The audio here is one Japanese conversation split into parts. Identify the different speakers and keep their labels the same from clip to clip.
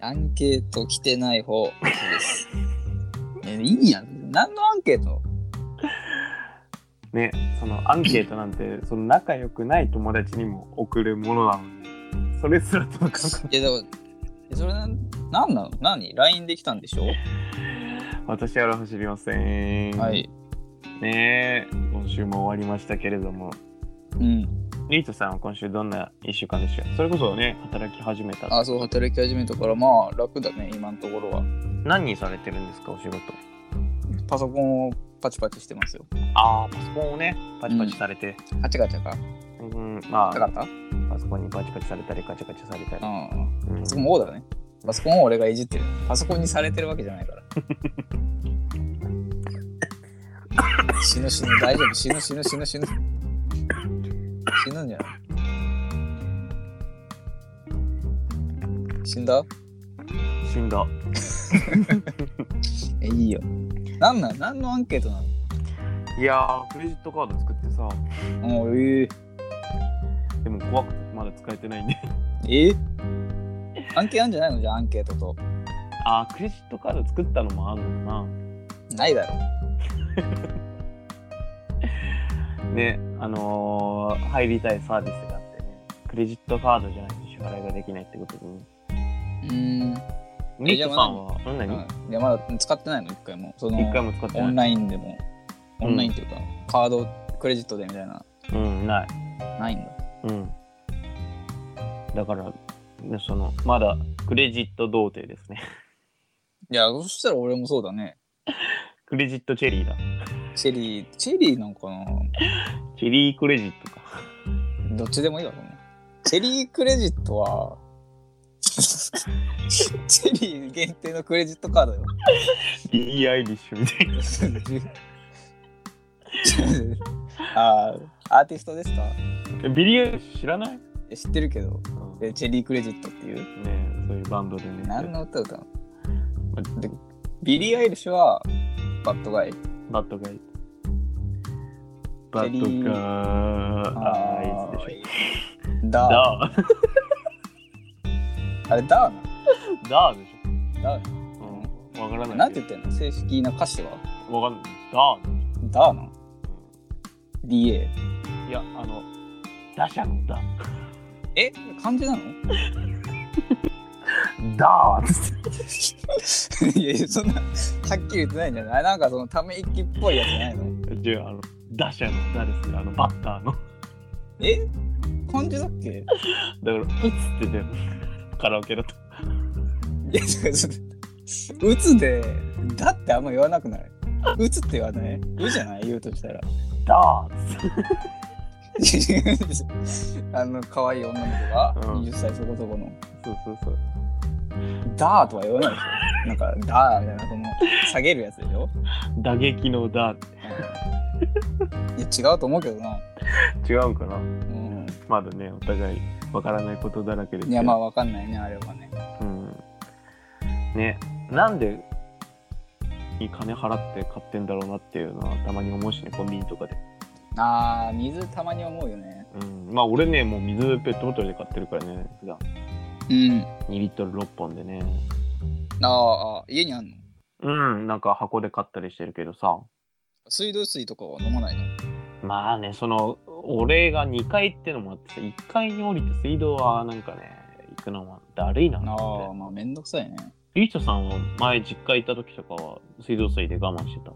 Speaker 1: アンケート来てない方 です。えいいやん。何のアンケート
Speaker 2: ね、そのアンケートなんて、その仲良くない友達にも送るものなのに、それすら届かなかっ
Speaker 1: いや、だから、それなん、なんなの何 ?LINE できたんでしょ
Speaker 2: た。私は走りません。
Speaker 1: は。い。
Speaker 2: ねえ、今週も終わりましたけれども、
Speaker 1: うん。
Speaker 2: リートさんは今週どんな1週間でしたかそれこそね、働き始めた。
Speaker 1: あ、そう、働き始めたから、まあ、楽だね、今のところは。
Speaker 2: 何されてるんですか、お仕事。
Speaker 1: パソコンをパチパチしてますよ。
Speaker 2: ああ、パソコンをね、パチパチされて。
Speaker 1: ガチャガチャか。
Speaker 2: うん、ま
Speaker 1: なか
Speaker 2: あ、
Speaker 1: った
Speaker 2: パソコンにパチパチされたり、カチャカチャされたり
Speaker 1: う。ん。
Speaker 2: うん
Speaker 1: パソコンもだね。パソコンを俺がいじってる。パソコンにされてるわけじゃないから。 死ぬ死ぬ、大丈夫。死ぬ死ぬ死ぬ死ぬ。死ぬんじゃない死んだ
Speaker 2: 死んだ。
Speaker 1: え、いいよ。なんなん何のアンケートない
Speaker 2: やー、クレジットカード作ってさ、
Speaker 1: のもう、え
Speaker 2: でも怖くてまだ使えてないんで。
Speaker 1: ー、え関係あんじゃないのじゃあアンケートと。
Speaker 2: あー、クレジットカード作ったのもあるのかな。
Speaker 1: ないだろ。
Speaker 2: ね、あのー、入りたいサービスがあってね、クレジットカードじゃないと支払いができないってことでね。
Speaker 1: うーん。
Speaker 2: ミットさんは、うん、何
Speaker 1: うんいや、まだ使ってないの、一回も。その
Speaker 2: 一回も使って
Speaker 1: オン
Speaker 2: ない。
Speaker 1: ラインでも、
Speaker 2: うん
Speaker 1: オンラインっていうか、カード、クレジットでみたいな、
Speaker 2: うん、ない。
Speaker 1: ないんだ。
Speaker 2: うん。だから、ねその、まだクレジット童貞ですね。
Speaker 1: いや、そしたら俺もそうだね。
Speaker 2: クレジットチェリーだ。
Speaker 1: チェリー、チェリーなんかな
Speaker 2: チェリークレジットか。
Speaker 1: どっちでもいいだろうね。チェリークレジットは、 チェリー限定のクレジットカードよ。
Speaker 2: いいアイリッシュみたいな。
Speaker 1: ああ、アーティストですか
Speaker 2: えビリーアイリッシュ知らない、
Speaker 1: え知ってるけど、えチェリークレジットっていう。
Speaker 2: ねそういうバンドでね。
Speaker 1: 何の歌歌うのでビリー・アイリッシュはバッドガイ。
Speaker 2: バッドガイズ。バ
Speaker 1: ェリ
Speaker 2: ッ
Speaker 1: ー
Speaker 2: ドガイズでしょ。
Speaker 1: ダー
Speaker 2: ダー。
Speaker 1: あれダー
Speaker 2: ダーでし
Speaker 1: なダー
Speaker 2: ょ。うん。わからない。
Speaker 1: なんて言ってんの正式な歌詞は
Speaker 2: わかんない。ダ
Speaker 1: ダーなの
Speaker 2: ー
Speaker 1: ?DA。
Speaker 2: うん。いや、あの、打者のダ。
Speaker 1: え漢字なの
Speaker 2: ダーっつっ て。
Speaker 1: いやいや、そんな、はっきり言ってないんじゃないなんかそのため息っぽいやつないの
Speaker 2: 違う、あの、打者の打です。あの、バッターの。
Speaker 1: え漢字だっけいや
Speaker 2: だから、打つってね、カラオケだと。、
Speaker 1: ちょっと打つで、だってあんま言わなくない打つって言わない打じゃない言うとした ら。
Speaker 2: ダーっつって。
Speaker 1: あの、可愛い女の子が、
Speaker 2: うん
Speaker 1: 20歳そこそこの。
Speaker 2: そうそうそう。
Speaker 1: ダーとは言わないでしょ。なんか、ダーみたいな、この、下げるやつでしょ。
Speaker 2: 打撃のダーって。
Speaker 1: いや、違うと思うけどな。
Speaker 2: 違うんかな
Speaker 1: うん。
Speaker 2: まだね、お互い、わからないことだらけです
Speaker 1: い
Speaker 2: けど
Speaker 1: や、まあ、わかんないね、あれはね。
Speaker 2: うん。ね、なんで、に金払って買ってんだろうなっていうのはたまに思うしね、コンビニとかで。
Speaker 1: あー、水たまに思うよね。
Speaker 2: うん。まあ俺ね、もう水ペットボトルで買ってるからね、普段。
Speaker 1: うん。
Speaker 2: 2リットル6本でね。
Speaker 1: あーあー、家にあんの
Speaker 2: うん、なんか箱で買ったりしてるけどさ。
Speaker 1: 水道水とかは飲まないの
Speaker 2: まあね、その、俺が2階ってのもあってさ、1階に降りて水道はなんかね、行くのもだるいなと
Speaker 1: ああ、
Speaker 2: 思っ
Speaker 1: まあ、めんどくさいね。
Speaker 2: て。リートさんは前実家行った時とかは水道水で我慢してた。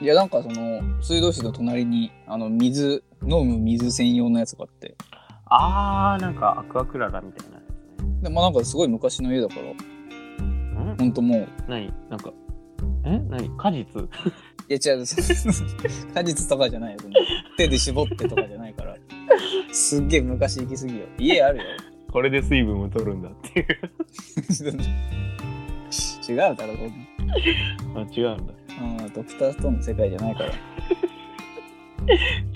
Speaker 1: いや、なんかその、水道水の隣に、あの、水、飲む水専用のやつがあって。
Speaker 2: あー、なんかアクアクララみたいなやつね。
Speaker 1: でもなんかすごい昔の家だから、
Speaker 2: うん
Speaker 1: ほんともう、
Speaker 2: 何なんか、え何果実
Speaker 1: いや違う、そ の果実とかじゃないよ。その手で絞ってとかじゃないから。すっげえ昔行きすぎよ。家あるよ。
Speaker 2: これで水分を取るんだっていう。
Speaker 1: 違うだろ、こん
Speaker 2: あ、違うんだ。
Speaker 1: な。うん、ドクターストーンの世界じゃないから。い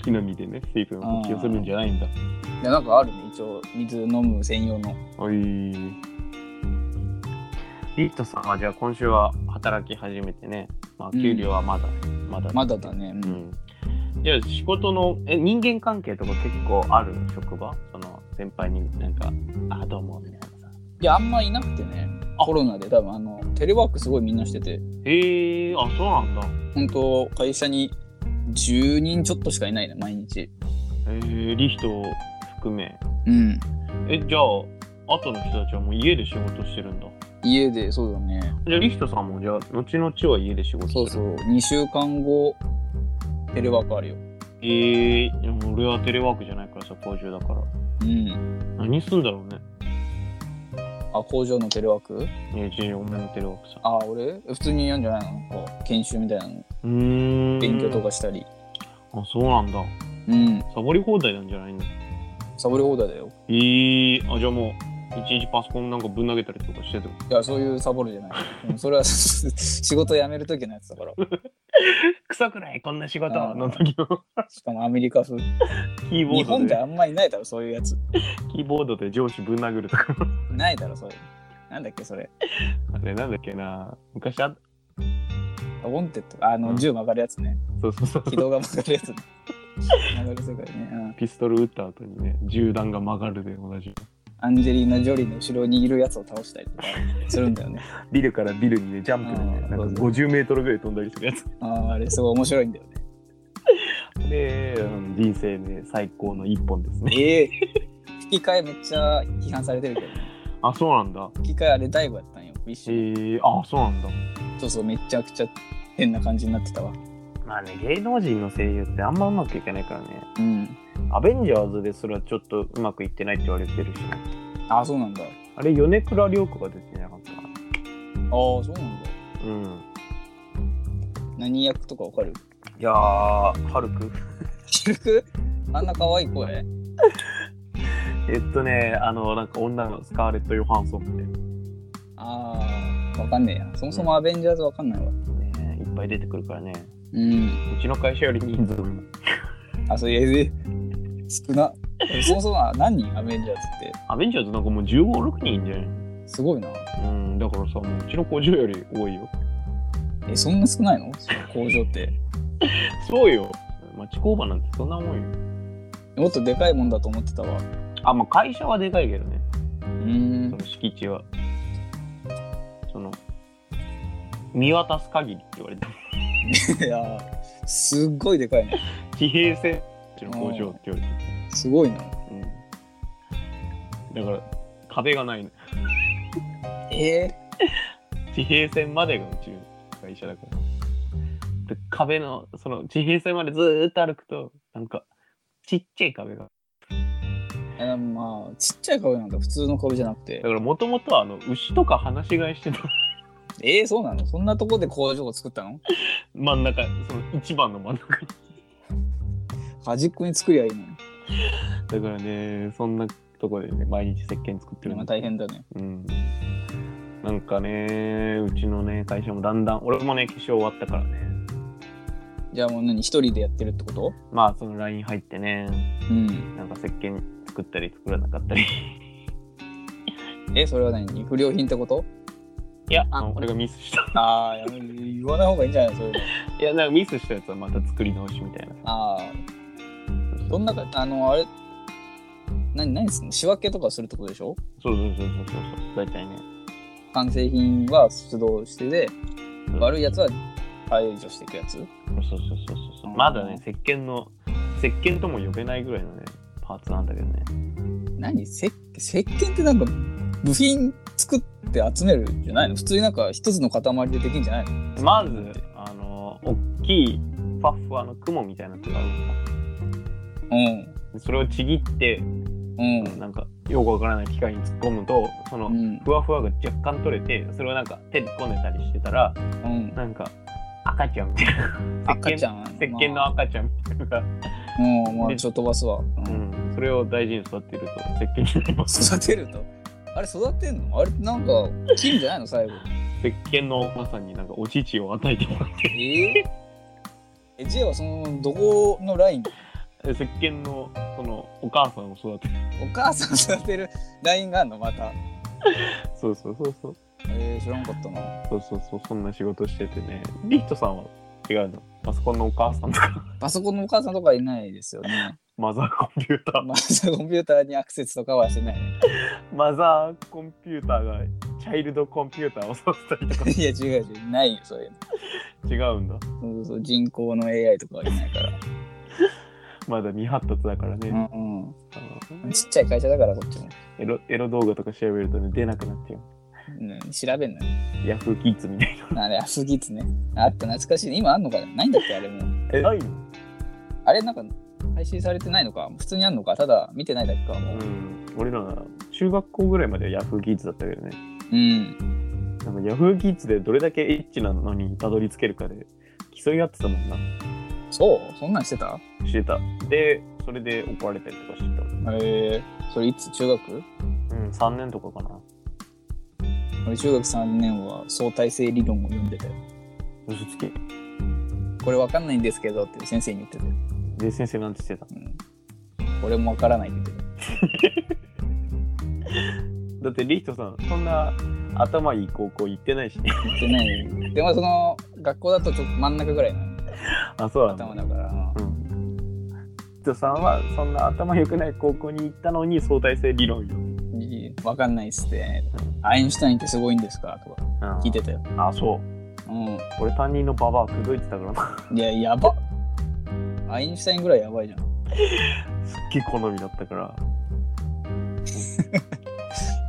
Speaker 2: 木の実でね、水分を補給するんじゃないんだ。
Speaker 1: や、なんかあるね。一応、水飲む専用の。
Speaker 2: おいー。リットさんはじゃあ今週は働き始めてね、まあ
Speaker 1: うん
Speaker 2: 給料はまだ、まだ。
Speaker 1: まだだね。う、
Speaker 2: うんん。じゃあ仕事の、え、人間関係とか結構ある職場その先輩になんか、あ、どうも、みたいなさ。
Speaker 1: いや、あんまいなくてね。コロナで多分あのテレワークすごいみんなしてて
Speaker 2: へえあそうなんだ
Speaker 1: 本当会社に10人ちょっとしかいないね毎日
Speaker 2: えー、リヒト含め
Speaker 1: うん
Speaker 2: えじゃあ後の人たちはもう家で仕事してるんだ
Speaker 1: 家でそうだね
Speaker 2: じゃあリヒトさんもじゃあ後々は家で仕事す
Speaker 1: そ
Speaker 2: る
Speaker 1: うそう2週間後テレワークあるよ
Speaker 2: ええー、でも俺はテレワークじゃないからさ工場だから
Speaker 1: うん
Speaker 2: 何すんだろうね
Speaker 1: あ工場のテレワーク
Speaker 2: えー、じゃあお前のテレワークさ
Speaker 1: あ俺普通にやんじゃないのなんか研修みたいなの
Speaker 2: うーん
Speaker 1: 勉強とかしたり
Speaker 2: あそうなんだ
Speaker 1: うん
Speaker 2: サボり放題なんじゃないの
Speaker 1: サボり放題だよ
Speaker 2: えー、あじゃあもう一日パソコンなんかぶん投げたりとかしてても
Speaker 1: いやそういうサボるじゃないうんそれは 仕事辞める時のやつだから
Speaker 2: 臭くないこんな仕事
Speaker 1: あー
Speaker 2: の時の
Speaker 1: しかもアメリカ風
Speaker 2: キーボ
Speaker 1: 日
Speaker 2: ード
Speaker 1: 本で
Speaker 2: で
Speaker 1: あんまりないだろそういうやつ
Speaker 2: キーボードで上司ぶん殴るとか
Speaker 1: ないだろそれなんだっけそれ
Speaker 2: あれなんだっけな昔あっ
Speaker 1: あウォンテッドあの、
Speaker 2: うん
Speaker 1: 銃曲がるやつね
Speaker 2: そうそうそう
Speaker 1: 軌道が曲がるやつね曲がる世界ね、うん、
Speaker 2: ピストル撃った後にね銃弾が曲がるで同じ
Speaker 1: アンジェリーナ・ジョリーの後ろにいるやつを倒したりとかするんだよね
Speaker 2: ビルからビルにねジャンプでね
Speaker 1: あー
Speaker 2: なんか50メートルぐらい飛んだりするやつ
Speaker 1: あーあれすごい面白いんだよね
Speaker 2: で、うん人生で最高の一本ですね
Speaker 1: ええ吹き替えめっちゃ批判されてるけど、ね、
Speaker 2: あそうなんだ
Speaker 1: 吹き替えあれ大悟やったんよ一
Speaker 2: え
Speaker 1: 緒に
Speaker 2: ー、あそうなんだ
Speaker 1: そうそうめっちゃくちゃ変な感じになってたわ
Speaker 2: まあね芸能人の声優ってあんまうまくいかないからね
Speaker 1: うん
Speaker 2: アベンジャーズですらちょっとうまくいってないって言われてるしね
Speaker 1: ああそうなんだあ
Speaker 2: あれ米倉涼子が出てなかったかな
Speaker 1: あそうなんだ
Speaker 2: うん
Speaker 1: 何役とかわか る
Speaker 2: いやーはるく
Speaker 1: シルクあんな可愛い声
Speaker 2: えっとねあのなんか女のスカーレット・ヨハンソンみたい
Speaker 1: ああわかんねえやそもそもアベンジャーズわかんないわ
Speaker 2: なねいっぱい出てくるからね
Speaker 1: うん
Speaker 2: うちの会社より人数も
Speaker 1: あそうええ少なそもそも何人アベンジャーズって
Speaker 2: アベンジャーズなんかもう1 5 6人いんじゃない
Speaker 1: すごいな
Speaker 2: うんだからさもううちの工場より多いよ
Speaker 1: えそんな少ないのその工場って
Speaker 2: そうよ町工場なんてそんなもんよ
Speaker 1: もっとでかいもんだと思ってたわう
Speaker 2: あまあ会社はでかいけどね
Speaker 1: ー
Speaker 2: そ
Speaker 1: ん
Speaker 2: の敷地はその見渡す限りって言われて
Speaker 1: い
Speaker 2: る
Speaker 1: やーすっごいでかいね
Speaker 2: 地平線うちの工場って言われてる
Speaker 1: すごいな
Speaker 2: うん、だから壁がないの
Speaker 1: えー、
Speaker 2: 地平線までがうちの会社だからで壁のその地平線までずーっと歩くとなんかちっちゃい壁が
Speaker 1: えーまあちっちゃい壁なんだ普通の壁じゃなくて
Speaker 2: だからもともとはあの牛とか放し飼いしてた
Speaker 1: えー、そうなのそんなとこで工場を作ったの
Speaker 2: 真ん中その一番の真ん中に
Speaker 1: 端っこに作りゃいいのに
Speaker 2: だからねそんなとこでね毎日石鹸作ってる
Speaker 1: まあ
Speaker 2: の
Speaker 1: 大変だね
Speaker 2: うんなんかねうちのね会社もだんだん俺もね化粧終わったからね
Speaker 1: じゃあもう何一人でやってるってこと
Speaker 2: まあその LINE 入ってね
Speaker 1: うん
Speaker 2: なんか石鹸作ったり作らなかったり
Speaker 1: えそれは何不良品ってこと
Speaker 2: いやあの俺がミスした
Speaker 1: ああやめ言わない方がいいんじゃないそういうの
Speaker 2: いやなんかミスしたやつはまた作り直しみたいな
Speaker 1: ああどんなかあのあれ何何すんの仕分けとかするってことでしょ
Speaker 2: そうそうそうそうそうそう大体ね
Speaker 1: 完成品は出動してで
Speaker 2: うん
Speaker 1: 悪いやつは排除していくやつ
Speaker 2: そうそうそうそうそうまだね石鹸の石鹸とも呼べないぐらいのねパーツなんだけどね
Speaker 1: 何石石鹸ってなんか部品作って集めるんじゃないの普通になんか一つの塊でできんじゃないの
Speaker 2: まずあの大きいふわふわの雲みたいなのがあるのさ
Speaker 1: うん
Speaker 2: でそれをちぎって
Speaker 1: うん
Speaker 2: なんかよくわからない機械に突っ込むとそうの
Speaker 1: ん
Speaker 2: ふわふわが若干取れてそれをなんか手でこねたりしてたら
Speaker 1: うん
Speaker 2: なんか赤ちゃんみたいな
Speaker 1: 赤ち
Speaker 2: ん
Speaker 1: ゃん
Speaker 2: 石鹸の
Speaker 1: まあ
Speaker 2: 赤ちゃんみたいなのが、
Speaker 1: うんまあちょっと飛ばすわ、うん
Speaker 2: うん、それを大事に育てると石鹸になります
Speaker 1: 育てるとあれ育てんのあれなんか金じゃないの最後
Speaker 2: 石鹸のまさになんかお乳を与えてもらっ
Speaker 1: えー、え J はそのどこのライン
Speaker 2: て石鹸のそのお母さんを育てる
Speaker 1: お母さん育てるラインがあるのまた
Speaker 2: そうそうそうそう
Speaker 1: えー、知らんかったな
Speaker 2: そうそうそうそんな仕事しててねリヒトさんは違うのパソコンのお母さんとか
Speaker 1: パソコンのお母さんとかいないですよね
Speaker 2: マザーコンピュ ーター
Speaker 1: まあコンピューターにアクセスとかはしてないね
Speaker 2: マザーコンピューターがチャイルドコンピューターを操作したりとか
Speaker 1: いや、違う違う。ないよ、そういうの。
Speaker 2: 違うんだ
Speaker 1: そうそう人工の AI とかはいないから。
Speaker 2: まだ未発達だからね、
Speaker 1: うんう
Speaker 2: あ
Speaker 1: ん。
Speaker 2: ー
Speaker 1: ちっちゃい会社だから、こっちも。
Speaker 2: エロエロ動画とか調べるとね出なくなっちゃ
Speaker 1: うん、調べんのよ。
Speaker 2: うヤフーキッズみたい
Speaker 1: あれ、アスギッツね。あった、懐かしいね。今あんのかなないんだっけ、あれもう。
Speaker 2: なえないの
Speaker 1: あれ、なんか、配信されてないのか。普通にあんのか。ただ、見てないだけか、
Speaker 2: う
Speaker 1: もう。
Speaker 2: ん俺らが中学校ぐらいまではヤフーキッズだったけどね
Speaker 1: うん。
Speaker 2: なんかヤフーキッズでどれだけエッチなのにたどり着けるかで競い合ってたもんな
Speaker 1: そうそんなんしてた
Speaker 2: してたでそれで怒られたりとかして
Speaker 1: へえ。それ、いつ中学
Speaker 2: たうん3年とかかな
Speaker 1: 俺、中学3年は相対性理論を読んでたよ。
Speaker 2: 嘘つき
Speaker 1: これわかんないんですけどって先生に言ってたよ。
Speaker 2: で先生なんてしてた
Speaker 1: うん。俺もわからないんだけど。
Speaker 2: だってリヒトさんそんな頭いい高校行ってないし ね
Speaker 1: 言ってない。でも、その、学校だとちょっと真ん中ぐらいの
Speaker 2: あそうなんだ
Speaker 1: 頭だから。
Speaker 2: うんリヒトさんはそんな頭良くない高校に行ったのに相対性理論よ
Speaker 1: いいわかんないっすって。アインシュタインってすごいんですかとか聞いてたよ。
Speaker 2: あそう
Speaker 1: うん。
Speaker 2: 俺担任のババア口説いてたからな
Speaker 1: いや、やばアインシュタインぐらいやばいじゃん。
Speaker 2: すっげえ好みだったから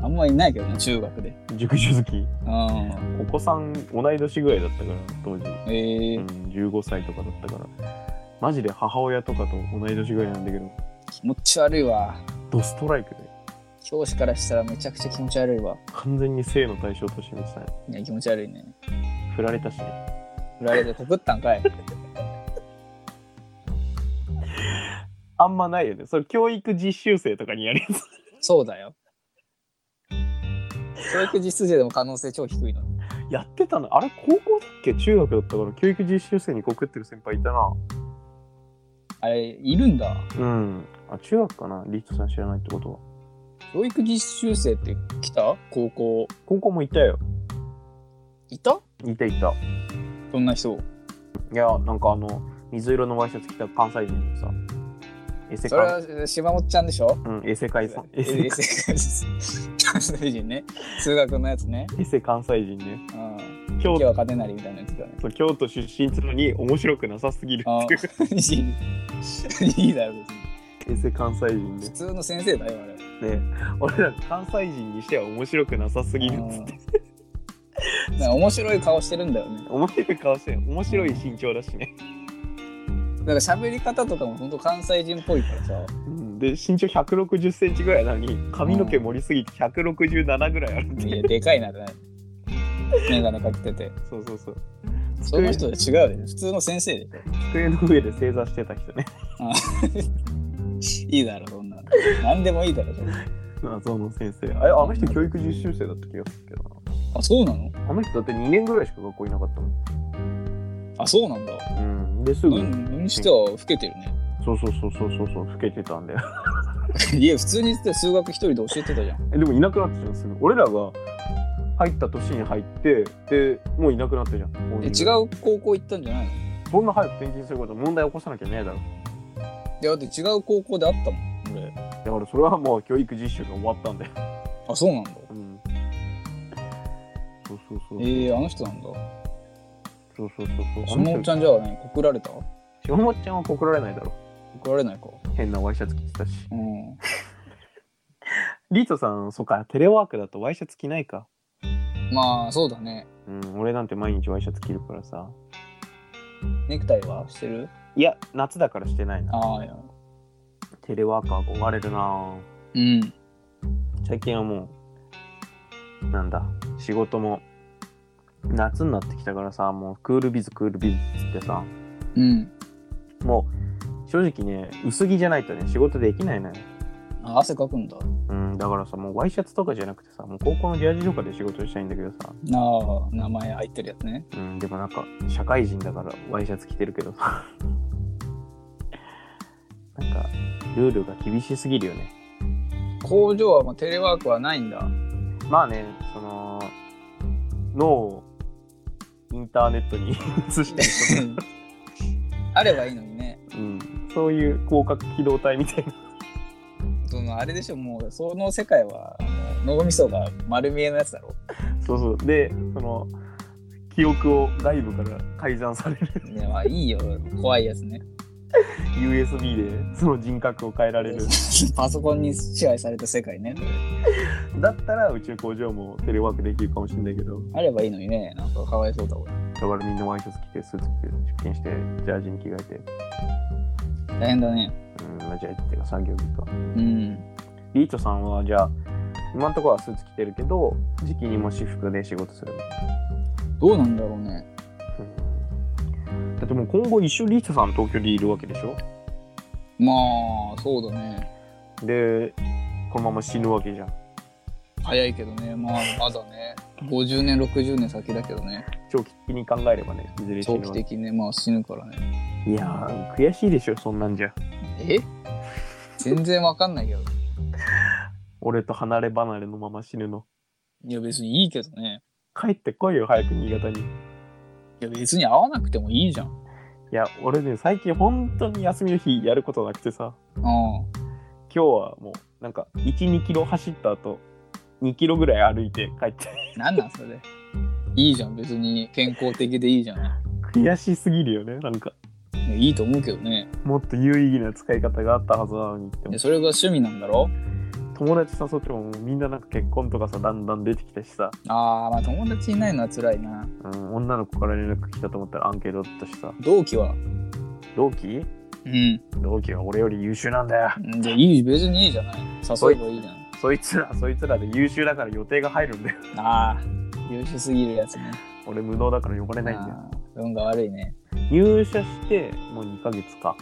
Speaker 1: あんまいないけどね、中学で。
Speaker 2: 塾女好き
Speaker 1: うん。
Speaker 2: お子さん同い年ぐらいだったから当時
Speaker 1: ええ
Speaker 2: うん、15歳とかだったからマジで母親とかと同い年ぐらいなんだけど
Speaker 1: 気持ち悪いわ。
Speaker 2: ドストライクで
Speaker 1: 教師からしたらめちゃくちゃ気持ち悪いわ。
Speaker 2: 完全に性の対象として見てたね
Speaker 1: いや、気持ち悪いね。
Speaker 2: 振られたしね
Speaker 1: 振られて告ったんかい。
Speaker 2: あんまないよねそれ教育実習生とかにやるやつ
Speaker 1: そうだよ。教育実習生でも可能性超低いの。
Speaker 2: やってたのあれ高校だっけ中学だったから教育実習生に告ってる先輩いたな
Speaker 1: あれ、いるんだ。
Speaker 2: うんあ中学かなリヒトさん知らないってことは
Speaker 1: 教育実習生って来た高校。
Speaker 2: 高校もいたよ
Speaker 1: いた
Speaker 2: いたいた
Speaker 1: そんな人。
Speaker 2: いやなんかあの水色のワイシャツ着た関西人のさエセ
Speaker 1: それ
Speaker 2: 関
Speaker 1: は、島本ちゃんでしょ
Speaker 2: うんエセ関西
Speaker 1: え
Speaker 2: エセ
Speaker 1: え正解です。関西人ね。数学のやつね。
Speaker 2: エセ関西人ね
Speaker 1: うん。
Speaker 2: 京
Speaker 1: 今
Speaker 2: 都
Speaker 1: 日は勝てなりみたいなやつだね。
Speaker 2: そう京都出身ってのに面白くなさすぎる
Speaker 1: あ
Speaker 2: って いう
Speaker 1: いい。いいだろ、別に。
Speaker 2: 平成関西人で
Speaker 1: 普通の先生だよ、あれ。
Speaker 2: ね俺ら関西人にしては面白くなさすぎるっつって
Speaker 1: うんなんか面白い顔してるんだよね。
Speaker 2: 面白い顔してる面白い身長だしね、
Speaker 1: だから喋り方とかも本当関西人っぽいからさ。
Speaker 2: で身長1 6 0センチぐらいなのに髪の毛盛りすぎて167ぐらいある
Speaker 1: いや、でかいなってなる。眼鏡かけてて。
Speaker 2: そうそうそう
Speaker 1: その
Speaker 2: 机
Speaker 1: 人は違うで、普通の先生で。
Speaker 2: 机の上で正座してた人ね
Speaker 1: いいだろ、そんなの。何でもいいだろ、それ
Speaker 2: 謎の先生あれあの人教育実習生だった気がするけどな
Speaker 1: あ、そうなの
Speaker 2: あの人だって2年ぐらいしか学校いなかったも
Speaker 1: あ、そうなんだ。
Speaker 2: んうんですぐ
Speaker 1: ののにしては老けてるね。
Speaker 2: そうそうそうそうそうそう老けてたんだよ
Speaker 1: いや、普通に数学一人で教えてたじゃん。
Speaker 2: えでもいなくなったじゃんすぐ俺らが入った年に入ってでもういなくなったじゃん
Speaker 1: え違
Speaker 2: う
Speaker 1: う高校行ったんじゃないの
Speaker 2: そんな早く転勤することは問題起こさなきゃねえだろ
Speaker 1: いやだって違う高校であったもん俺
Speaker 2: だからそれはもう教育実習が終わったんだよ、
Speaker 1: あそうなんだ
Speaker 2: うん、そうそうそう、
Speaker 1: えー、あの人なんだ
Speaker 2: そうそうそうそ
Speaker 1: そうのおっちゃんじゃあね告られた
Speaker 2: しもちゃんは告られないだろ
Speaker 1: 告られないか
Speaker 2: 変なワイシャツ着てたし
Speaker 1: うん
Speaker 2: リートさんそっかテレワークだとワイシャツ着ないか
Speaker 1: まあそうだね
Speaker 2: うん俺なんて毎日ワイシャツ着るからさ
Speaker 1: ネクタイはしてる
Speaker 2: いや夏だからしてないな
Speaker 1: ああいや
Speaker 2: テレワーク憧れるなぁ
Speaker 1: うん
Speaker 2: 最近はもうなんだ仕事も夏になってきたからさもうクールビズクールビズっつってさ
Speaker 1: うん
Speaker 2: もう正直ね薄着じゃないとね仕事できないのよ、
Speaker 1: あ汗かくんだ
Speaker 2: うん、だからさもうワイシャツとかじゃなくてさもう高校のジャージとかで仕事したいんだけどさ、
Speaker 1: なあ名前入ってるやつね
Speaker 2: うん、でもなんか社会人だからワイシャツ着てるけどさ なんかルールが厳しすぎるよね
Speaker 1: 工場はまあテレワークはないんだ
Speaker 2: まあねその脳をインターネットに 移してる人たち
Speaker 1: あればいいのにね
Speaker 2: うん、そういう広角機動隊みたいな
Speaker 1: そのあれでしょもうその世界はもう脳みそが丸見えのやつだろ
Speaker 2: そうそうでその記憶を外部から改ざんされる
Speaker 1: ねまあいいよ怖いやつ ね
Speaker 2: USB でその人格を変えられる
Speaker 1: パソコンに支配された世界ね
Speaker 2: だったら宇宙工場もテレワークできるかもしれないけど
Speaker 1: あればいいのにねなんかかわいそうだ俺
Speaker 2: だからみんなワイシャツ着てスーツ着て出勤してジャージに着替えて
Speaker 1: 大変だね
Speaker 2: うんまあジャージっていうか産業着か
Speaker 1: うん
Speaker 2: リートさんはじゃあ今のところはスーツ着てるけど時期にも私服で仕事する
Speaker 1: どうなんだろうね
Speaker 2: うんだってもう今後一生リートさん東京にいるわけでしょ
Speaker 1: まあそうだね
Speaker 2: でこのまま死ぬわけじゃん
Speaker 1: 早いけどねまあまだね50年60年先だけどね
Speaker 2: 長期的に考えればねいずれ死
Speaker 1: 長
Speaker 2: ぬ
Speaker 1: 期
Speaker 2: わけ
Speaker 1: 的にねまあ死ぬからね
Speaker 2: いやー悔しいでしょそんなんじゃ
Speaker 1: え全然わかんないけど
Speaker 2: 俺と離れ離れのまま死ぬの
Speaker 1: いや別にいいけどね
Speaker 2: 帰ってこいよ早く新潟にい
Speaker 1: いや別に会わなくてもいいじゃん
Speaker 2: や俺ね最近本当に休みの日やることなくてさ
Speaker 1: あ
Speaker 2: 今日はもうなんか12キロ走った後2キロぐらい歩いて帰って
Speaker 1: あなんなんそれいいじゃん別に健康的でいいじゃん
Speaker 2: 悔しすぎるよねなんか
Speaker 1: いやいいと思うけどね
Speaker 2: もっと有意義な使い方があったはずなのにって
Speaker 1: いやそれが趣味なんだろ
Speaker 2: 友達誘ってももうみんななんか結婚とかさだんだん出てきたしさ、
Speaker 1: あーまあ友達いないのは辛いな
Speaker 2: うん、女の子から連絡来たと思ったらアンケートだったしさ
Speaker 1: 同期は
Speaker 2: 同期
Speaker 1: うん
Speaker 2: 同期は俺より優秀なんだよ
Speaker 1: じゃあいい別にいいじゃない誘えばいいじゃん
Speaker 2: そいつらそいつらで優秀だから予定が入るんだよ
Speaker 1: ああ優秀すぎるやつね
Speaker 2: 俺無能だから呼ばれないんだよ
Speaker 1: あー運が悪いね
Speaker 2: 入社してもう2ヶ月か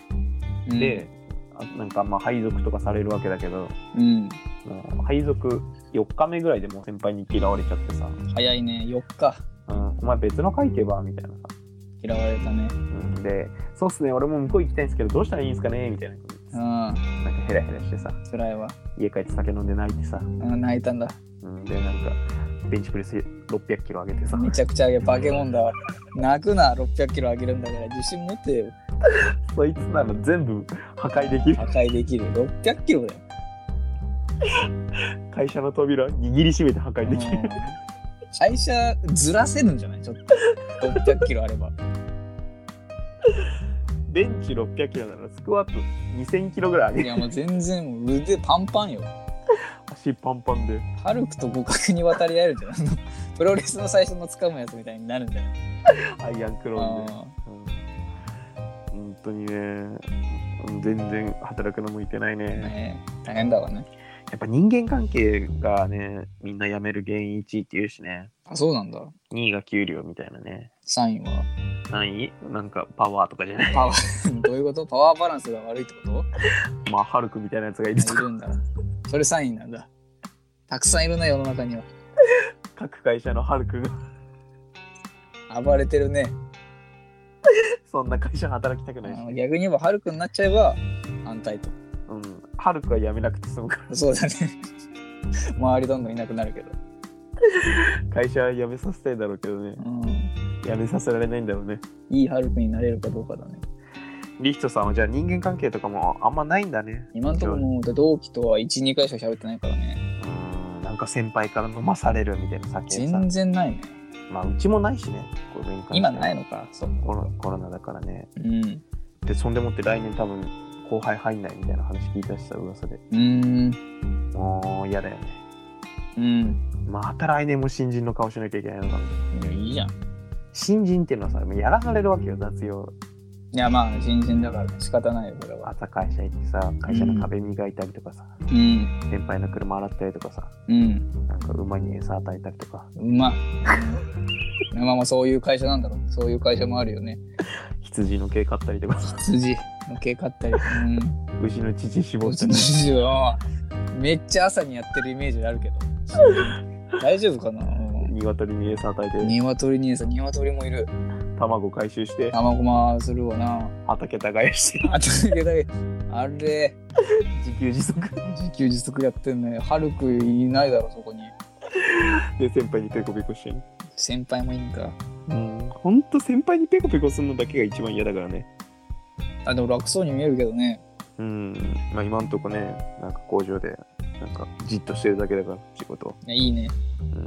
Speaker 1: うん
Speaker 2: で、あなんかまあ配属とかされるわけだけど
Speaker 1: うん
Speaker 2: もう配属4日目ぐらいでもう先輩に嫌われちゃってさ、
Speaker 1: 早いね4日
Speaker 2: うん、お前別の会行けばみたいなさ、
Speaker 1: 嫌われたね
Speaker 2: うん、でそうっすね俺も向こう行きたいんですけどどうしたらいいんですかねみたいな
Speaker 1: うん
Speaker 2: なんかヘラヘラしてさ
Speaker 1: 辛いわ
Speaker 2: 家帰って酒飲んで泣いてさ、
Speaker 1: うん泣いたんだ
Speaker 2: うん、でなんかベンチプレス600キロ上げてさ
Speaker 1: めちゃくちゃあげバケモンだわ泣くな6 0 0キロあげるんだから自信持ってよ
Speaker 2: そいつなら全部破壊できる
Speaker 1: 破壊できる6 0 0キロだよ
Speaker 2: 会社の扉握りしめて破壊できる
Speaker 1: うん会社ずらせるんじゃないちょっと6 0 0キロあれば
Speaker 2: ベンチ600キロならスクワット2000キロぐらい上
Speaker 1: い
Speaker 2: げて
Speaker 1: やもう全然もう腕パンパンよ
Speaker 2: 足パンパンで
Speaker 1: ハルクと互角に渡り合えるんじゃない プロレスの最初の掴むやつみたいになるんじゃない
Speaker 2: アイアンクローンで、うん、本当にね全然働くの向いてない
Speaker 1: うん
Speaker 2: ね
Speaker 1: ねえ大変だわね
Speaker 2: やっぱ人間関係がねみんな辞める原因1位っていうしね
Speaker 1: あそうなんだ
Speaker 2: 2位が給料みたいなね
Speaker 1: サインは
Speaker 2: 3位なんかパワーとかじゃない
Speaker 1: パワーどういうことパワーバランスが悪いってこと
Speaker 2: まあハルクみたいなやつがいると
Speaker 1: いるんだそれサインなんだたくさんいるな世の中には
Speaker 2: 各会社のハルクが
Speaker 1: 暴れてるね
Speaker 2: そんな会社働きたくないし、
Speaker 1: あ逆に言えばハルクになっちゃえば安泰と
Speaker 2: うん、ハルクは辞めなくて済むから
Speaker 1: そうだね 周りどんどんいなくなるけど、
Speaker 2: 会社は辞めさせたいだろうけどね
Speaker 1: うん、
Speaker 2: 辞めさせられないんだろうね
Speaker 1: いいハルクになれるかどうかだね
Speaker 2: リヒトさんはじゃあ人間関係とかもあんまないんだね
Speaker 1: 今んとこもう同期とは12回しか喋ってないからね
Speaker 2: うんなんか先輩から飲まされるみたいな酒さ
Speaker 1: 全然ないね
Speaker 2: まあうちもないしねこれに関して
Speaker 1: 今ないのかそう
Speaker 2: コロコロナだからね
Speaker 1: うん
Speaker 2: でそんでもって来年多分後輩入んないみたいな話聞いたしさ噂で
Speaker 1: うーん
Speaker 2: もう嫌だよね
Speaker 1: うん
Speaker 2: また来年も新人の顔しなきゃいけないのか
Speaker 1: いやいいじゃん
Speaker 2: 新人っていうのはさもうやらされるわけよ雑用
Speaker 1: いやまあ新人だから仕方ないよこれは
Speaker 2: 朝会社行ってさ会社の壁磨いたりとかさ、
Speaker 1: うん
Speaker 2: 先輩の車洗ったりとかさ
Speaker 1: うん
Speaker 2: なんか馬に餌与えたりとか
Speaker 1: う まっまあまあそういう会社なんだろうそういう会社もあるよね
Speaker 2: 羊の毛買ったりとかさ
Speaker 1: 羊の毛買ったりうん
Speaker 2: 牛の乳絞
Speaker 1: う
Speaker 2: った
Speaker 1: ち
Speaker 2: り
Speaker 1: の 父は めっちゃ朝にやってるイメージあるけど大丈夫 かな
Speaker 2: 鶏に餌与えて
Speaker 1: 鶏にさ鶏もいる
Speaker 2: 卵回収して
Speaker 1: 卵まするわな
Speaker 2: 畑耕して
Speaker 1: あとだけだけあれ
Speaker 2: 自給自足
Speaker 1: 自給自足やってんねハルクいないだろそこに
Speaker 2: で先輩にペコペコしてる
Speaker 1: 先輩もいいんか
Speaker 2: うんほんと先輩にペコペコするのだけが一番嫌だからね
Speaker 1: あでも楽そうに見えるけどね
Speaker 2: うんまあ今んとこねなんか工場でなんかじっとしてるだけだから仕事は、
Speaker 1: いやいいね。
Speaker 2: うん、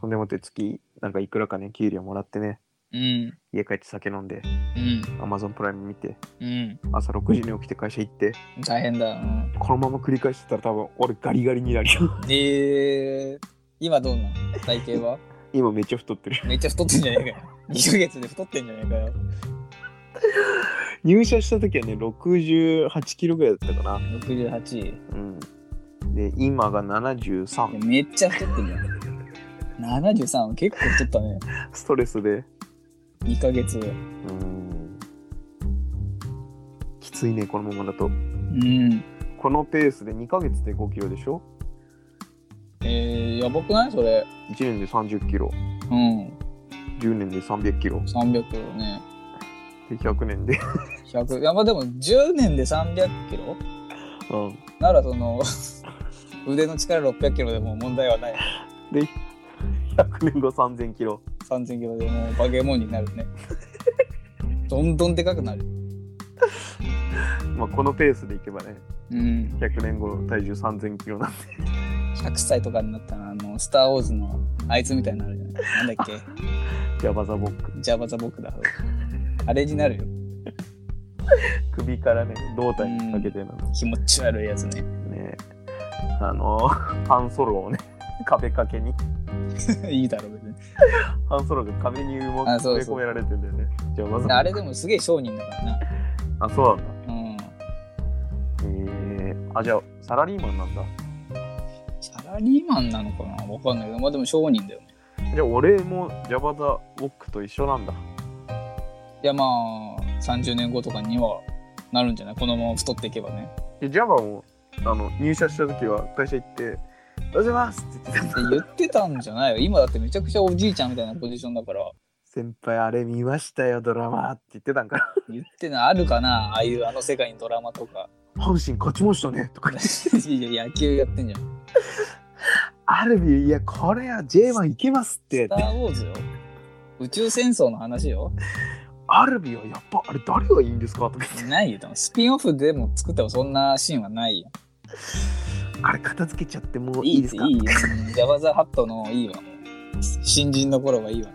Speaker 2: そんでもって月なんかいくらかね給料もらってね
Speaker 1: うん。
Speaker 2: 家帰って酒飲んで
Speaker 1: うん。
Speaker 2: アマゾンプライム見て
Speaker 1: うん。
Speaker 2: 朝6時に起きて会社行って
Speaker 1: 大変だ。うん
Speaker 2: このまま繰り返してたら多分俺ガリガリになるよ
Speaker 1: で、今どうなの体型は
Speaker 2: 今めっちゃ太ってる
Speaker 1: めっちゃ太ってんじゃねえかよ。2ヶ 月で太ってんじゃねえかよ。
Speaker 2: 入社した時はね68キロぐらいだったかな
Speaker 1: 68。い
Speaker 2: うんで今が
Speaker 1: や
Speaker 2: 73
Speaker 1: めっちゃ太ってんじゃん。73、結構太ったね。
Speaker 2: ストレスで
Speaker 1: 2ヶ月。
Speaker 2: うんきついねこのままだと
Speaker 1: うん。
Speaker 2: このペースで2ヶ月で5キロでしょ
Speaker 1: えー、やばくないそれ。
Speaker 2: 1年で30キロ
Speaker 1: うん。
Speaker 2: 10年で300キロ
Speaker 1: 300をね。
Speaker 2: で100年で、
Speaker 1: 100。いや、まあでも10年で300キロ
Speaker 2: うん、
Speaker 1: ならそ の腕の力600キロでも問題はない
Speaker 2: 100年後3000キロ
Speaker 1: 3000キロでもうバケモンになるねどんどんでかくなる
Speaker 2: まあこのペースでいけばね
Speaker 1: うん
Speaker 2: 100年後体重3000キロなんで
Speaker 1: 100歳とかになったらあのスター・ウォーズのあいつみたいになるじゃないなんだっけ
Speaker 2: ジャバザボック
Speaker 1: ジャバザ・ボクだあれになるよ
Speaker 2: 首からね胴体にかけてなの
Speaker 1: 気持ち悪いやつね
Speaker 2: ねあのハンソロをね壁掛けに
Speaker 1: いいだろ別に
Speaker 2: ハンソロが壁に埋も
Speaker 1: あそう
Speaker 2: 埋め
Speaker 1: そう
Speaker 2: 込められてんだよねジャバザボック
Speaker 1: あれでもすげえ商人だからな
Speaker 2: あそうなんだ
Speaker 1: うん
Speaker 2: へえあじゃあサラリーマンなんだ
Speaker 1: サラリーマンなのかなわかんないけどまあでも商人だよね
Speaker 2: じゃあ俺もジャバザボックと一緒なんだ
Speaker 1: いやまあ30年後とかにはなるんじゃないこのまま太っていけばね
Speaker 2: でジャバもあの入社した時は会社行って「おはようございます」って言ってたん だ
Speaker 1: って言ってたんじゃないよ今だってめちゃくちゃおじいちゃんみたいなポジションだから
Speaker 2: 先輩あれ見ましたよドラマって言ってたんかな
Speaker 1: 言ってないあるかなああいうあの世界にドラマとか
Speaker 2: 阪神勝ちましたねとか
Speaker 1: いや野球やってんじゃん
Speaker 2: アルビーいやこれは J1 いけます
Speaker 1: 「
Speaker 2: っ
Speaker 1: ス
Speaker 2: て
Speaker 1: ター・ウォーズ」よ宇宙戦争の話よ
Speaker 2: アルビーはやっぱあれ誰がいいんですかとか言って
Speaker 1: ないよ多分スピンオフでも作ってもそんなシーンはないよ
Speaker 2: あれ片付けちゃってもういいですか
Speaker 1: いいいいジャバザ・ハットのいいわもう新人の頃はいいわ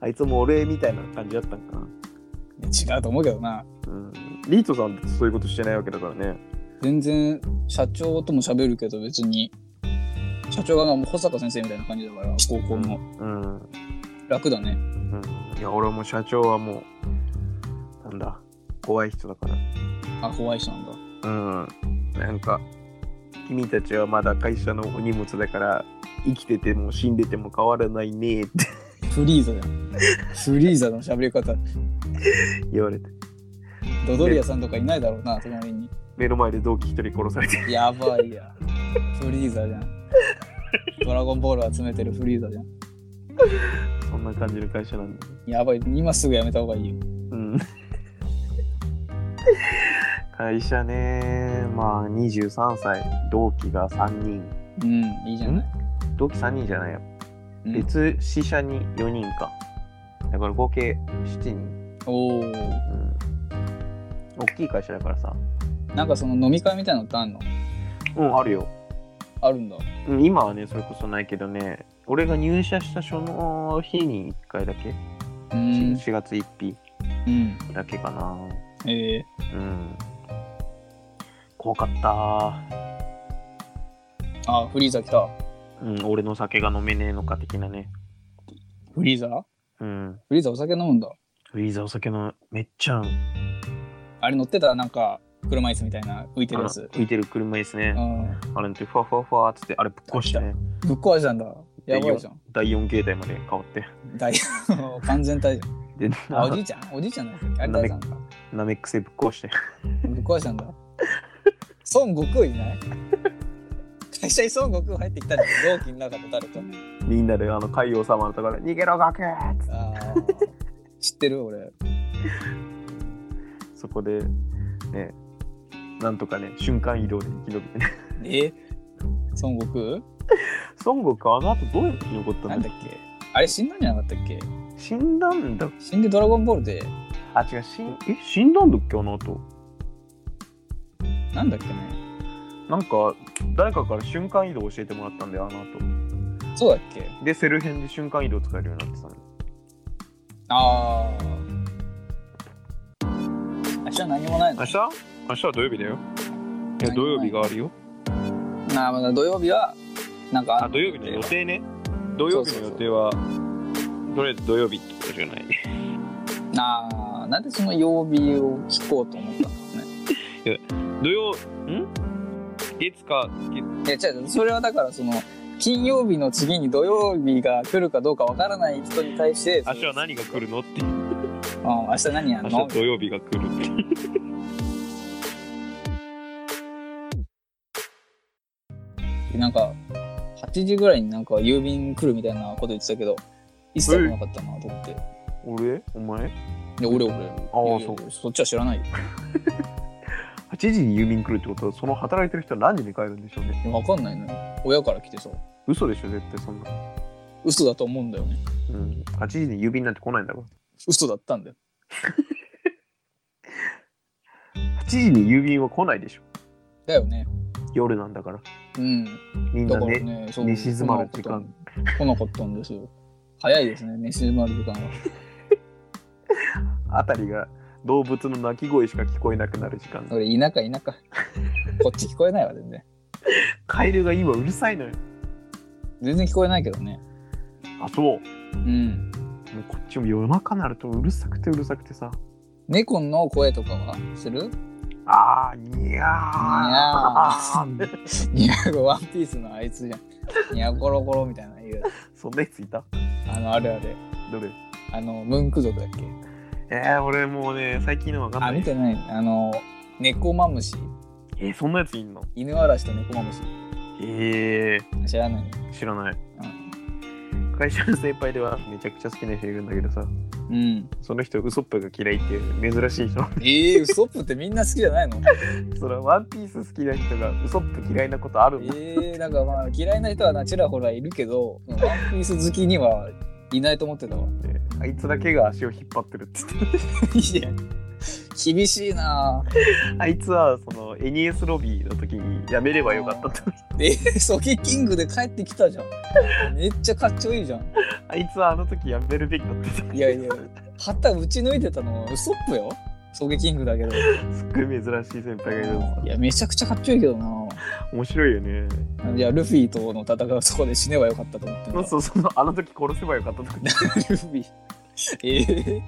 Speaker 2: あいつも俺みたいな感じだったんかな、
Speaker 1: 違うと思うけどな
Speaker 2: うん、リートさんってそういうことしてないわけだからね
Speaker 1: 全然社長とも喋るけど別に社長がなもう保坂先生みたいな感じだから高校の
Speaker 2: うん
Speaker 1: 楽だね
Speaker 2: うんいや俺も社長はもうなんだ怖い人だから
Speaker 1: あ怖い人なんだ
Speaker 2: うんなんか君たちはまだ会社のお荷物だから生きてても死んでても変わらないねって
Speaker 1: フリーザだよフリーザの喋り方
Speaker 2: 言われて
Speaker 1: ドドリアさんとかいないだろうな隣に
Speaker 2: 目の前で同期一人殺されて
Speaker 1: やばいやフリーザじゃんドラゴンボール集めてるフリーザじゃん
Speaker 2: そんな感じの会社なんだ
Speaker 1: やばい今すぐやめた方がいいよ
Speaker 2: うん会社ねまあ23歳同期が3人
Speaker 1: うんいいじゃない、
Speaker 2: 同期3人じゃないよ
Speaker 1: うん、
Speaker 2: 別支社に4人かだから合計7人
Speaker 1: おお
Speaker 2: うん大きい会社だからさ。
Speaker 1: なんかその飲み会みたいなのってあんの
Speaker 2: うん、あるよ。
Speaker 1: あるんだ
Speaker 2: うん今はね、それこそないけどね、俺が入社したその日に1回だけ、
Speaker 1: う
Speaker 2: し
Speaker 1: ん、
Speaker 2: 4月1日
Speaker 1: うん、
Speaker 2: だけかな。
Speaker 1: え
Speaker 2: うん。怖かった。
Speaker 1: ー、あフリーザ来た
Speaker 2: うん、俺の酒が飲めねえのか的なね。
Speaker 1: フリーザフ
Speaker 2: うん。
Speaker 1: リーザお酒飲むんだ
Speaker 2: フリーザお酒のめっちゃ合う
Speaker 1: あれ乗ってたなんか車椅子みたいな浮いてるやつ
Speaker 2: あの浮いてる車ですね
Speaker 1: う。ん
Speaker 2: あれってふわふわふわっつって、あれぶっ壊してね。
Speaker 1: ぶっ壊したんだやばいじゃん
Speaker 2: 第4形態まで変わって。
Speaker 1: 大 完全体じ
Speaker 2: で、
Speaker 1: ゃんあおじいちゃんおじいちゃんだっけあれ大さんか
Speaker 2: なめくせぶっ壊して。
Speaker 1: ぶっ壊したんだ。孫悟空いない会社に孫悟空入ってきたんだけど同期の中で誰か。
Speaker 2: みんなであの海王様のところで逃げろ学園
Speaker 1: ああ。知ってる俺。
Speaker 2: そこでねなんとかね瞬間移動で生き延びてね
Speaker 1: え孫悟
Speaker 2: 孫悟空あの後どうやって生き残った
Speaker 1: 空
Speaker 2: の
Speaker 1: なんだっけあれ死んだんじゃなかったっけ
Speaker 2: 死んだんだ
Speaker 1: 死んでドラゴンボールで。
Speaker 2: あ違う死んえ死んだんだっけあの後
Speaker 1: なんだっけね
Speaker 2: なんか誰かから瞬間移動教えてもらったんだよあの後
Speaker 1: そうだっけ
Speaker 2: でセル編で瞬間移動使えるようになってたの
Speaker 1: ああ明日何もないの
Speaker 2: 明日明日は土曜日だよいや
Speaker 1: 何もない
Speaker 2: 土曜日があるよ
Speaker 1: なあまだ土曜日はなんか
Speaker 2: あ土曜日の予定ね土曜日の予定はとりあえず土曜日ってことじゃないい
Speaker 1: なあなんでその曜日を聞こうと思ったんだろうね
Speaker 2: 土曜ん月か月
Speaker 1: いや違う違うそれはだからその金曜日の次に土曜日が来るかどうかわからない人に対して
Speaker 2: 明日は何が来るのって
Speaker 1: うん、明日何やん
Speaker 2: 明
Speaker 1: の
Speaker 2: 日土曜日が来るって
Speaker 1: なんか8時ぐらいになんか郵便来るみたいなこと言ってたけど一切来なかったなと思ってい
Speaker 2: 俺お前
Speaker 1: や俺俺
Speaker 2: ああ
Speaker 1: いやい
Speaker 2: そ
Speaker 1: や
Speaker 2: う
Speaker 1: そっちは知らないよ
Speaker 2: 8時に郵便来るってことはその働いてる人は何時に帰るんでしょうね
Speaker 1: いやわかんないのよ親から来てさ
Speaker 2: 嘘でしょ絶対そんな、
Speaker 1: 嘘だと思うんだよね
Speaker 2: うん、8時に郵便なんて来ないんだろ
Speaker 1: 嘘だったんだよ
Speaker 2: 8時に郵便は来ないでしょ
Speaker 1: だよね
Speaker 2: 夜なんだから
Speaker 1: うん
Speaker 2: みん
Speaker 1: だ
Speaker 2: な
Speaker 1: から
Speaker 2: ね
Speaker 1: ねそ
Speaker 2: 寝静まる時間
Speaker 1: 来なかったんですよ早いですね寝静まる時間は
Speaker 2: あたりが動物の鳴き声しか聞こえなくなる時間
Speaker 1: 俺田舎田 舎こっち聞こえないわ全然
Speaker 2: カエルが今うるさいのよ
Speaker 1: 全然聞こえないけどね
Speaker 2: あそうもう
Speaker 1: うん
Speaker 2: こっちも夜中になるとうるさくてうるさくてさ
Speaker 1: 猫の声とかはする
Speaker 2: あーにゃーー
Speaker 1: いやワンピースのあいつじゃんいやゴロゴロみたいな言う
Speaker 2: そんなやついた
Speaker 1: あのあれあれ
Speaker 2: どれ
Speaker 1: あのムンク族だっけ
Speaker 2: えー、俺もうね最近のわかん
Speaker 1: あ
Speaker 2: な
Speaker 1: 見
Speaker 2: い
Speaker 1: てないあの猫マムシ
Speaker 2: えー、そんなやついんの
Speaker 1: 犬嵐と猫マムシ
Speaker 2: え
Speaker 1: 知らない
Speaker 2: ー、知らない会社の先輩ではめちゃくちゃ好きな人いるんだけどさ
Speaker 1: うん、うん、
Speaker 2: その人ウソップが嫌いっていう珍しい人
Speaker 1: えー、ウソップってみんな好きじゃないの
Speaker 2: それはワンピース好きな人がウソップ嫌いなことあるんだ
Speaker 1: えー、なんかまあ嫌いな人はなちらほらいるけどワンピース好きにはいないと思ってたわ
Speaker 2: ってあいつだけが足を引っ張ってるって 言って
Speaker 1: いや厳しいなぁ
Speaker 2: あいつはその NES ロビーの時にやめればよかったって
Speaker 1: えー、ソキキングで帰ってきたじゃんめっちゃかっちょいいじゃん
Speaker 2: あいつはあの時やめるべきだって
Speaker 1: いやいや、旗打ち抜いてたのウソップよ。ソゲキングだけど。
Speaker 2: すっごい珍しい先輩がいるの
Speaker 1: いや、めちゃくちゃかっちょいいけどな。
Speaker 2: 面白いよね
Speaker 1: いや、ルフィとの戦うそこで死ねばよかったと思ってんだ
Speaker 2: そうそうそうあの時殺せばよかったとか
Speaker 1: ルフィ。ええ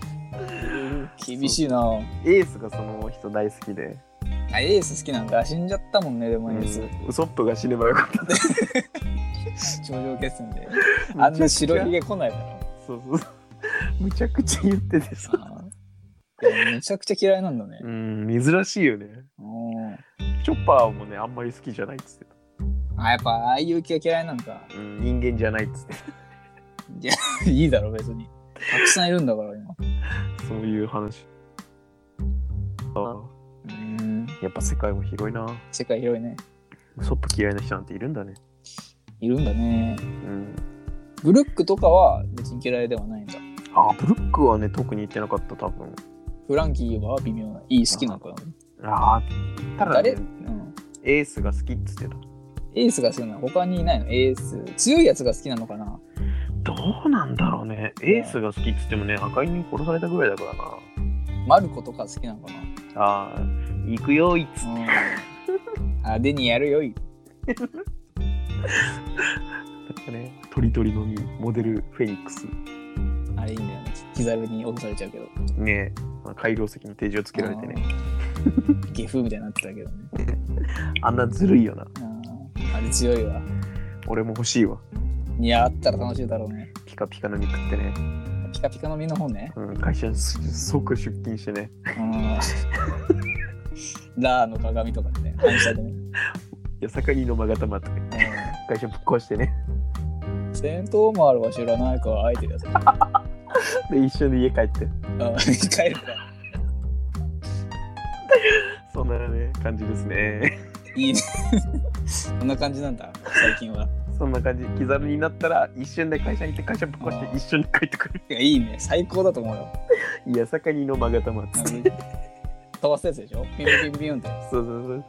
Speaker 1: 厳しいな。
Speaker 2: エースがその人大好きで
Speaker 1: あエース好きなんだ。死んじゃったもんね、でもエース。
Speaker 2: うんウソップが死ねばよかっ た
Speaker 1: 頂上決 戦で。あんな白ひげ来ないだろ。
Speaker 2: そうそうそうむちゃくちゃ言っててさ
Speaker 1: あーいやめちゃくちゃ嫌いなんだね。
Speaker 2: うん珍しいよね
Speaker 1: うん
Speaker 2: チョッパーもねあんまり好きじゃないっつってた、
Speaker 1: あ、やっぱああいう系嫌いなんか。
Speaker 2: うん、人間じゃないっつって
Speaker 1: いや、 いいだろ、別に。たくさんいるんだから、今。
Speaker 2: そういう話あ
Speaker 1: うん。
Speaker 2: やっぱ世界は広いな
Speaker 1: 世界広いね。
Speaker 2: ウソップ嫌いな人なんているんだね
Speaker 1: いるんだね。
Speaker 2: うん
Speaker 1: ブルックとかは別に嫌いではないんだ。
Speaker 2: あブルックはね特に言ってなかった多分
Speaker 1: フランキーは微妙な。いい、好きな子だね。
Speaker 2: ああただ、
Speaker 1: 誰、
Speaker 2: ね
Speaker 1: う、ん、
Speaker 2: エースが好きっつってた
Speaker 1: エースが好きなの他にいないのエース。強いやつが好きなのかな
Speaker 2: どうなんだろうねエースが好きっつってもね赤いに殺されたぐらいだからな
Speaker 1: マルコとか好きなのか
Speaker 2: ああ行くよいっつ
Speaker 1: なう ん。あ、デニーやるよい。
Speaker 2: ってね鳥鳥の実モデルフェニックス
Speaker 1: あれいいんだよね。ヒザルに落とされちゃうけど。
Speaker 2: ねまあ改良石に定時をつけられてね
Speaker 1: うん。ゲフみたいになってたけどね。
Speaker 2: あんなずるいよな
Speaker 1: うんあれ強いわ。
Speaker 2: 俺も欲しいわ
Speaker 1: いや、あったら楽しいだろうね。
Speaker 2: ピカピカの肉ってね、
Speaker 1: ピカピカの身の方ね。
Speaker 2: うん、会社す即出勤してね
Speaker 1: うん。ラーの鏡とかでね。反射でね。
Speaker 2: 八坂にのまがたまとか
Speaker 1: うん
Speaker 2: 会社ぶっ壊してね
Speaker 1: 戦闘丸は知らないから相手だぞ。
Speaker 2: で一緒に家帰って
Speaker 1: うん、帰るから。
Speaker 2: そんなね感じですね
Speaker 1: いいね。そんな感じなんだ、最近は。
Speaker 2: そんな感じキザルになったら一瞬で会社行って会社ぶっ壊して一緒に帰ってくる
Speaker 1: いや、いいね。最高だと思うよ。
Speaker 2: 八坂にのまがたまっつって
Speaker 1: 飛ばすやつでしょピュンピュンピュンって。
Speaker 2: そうそうっ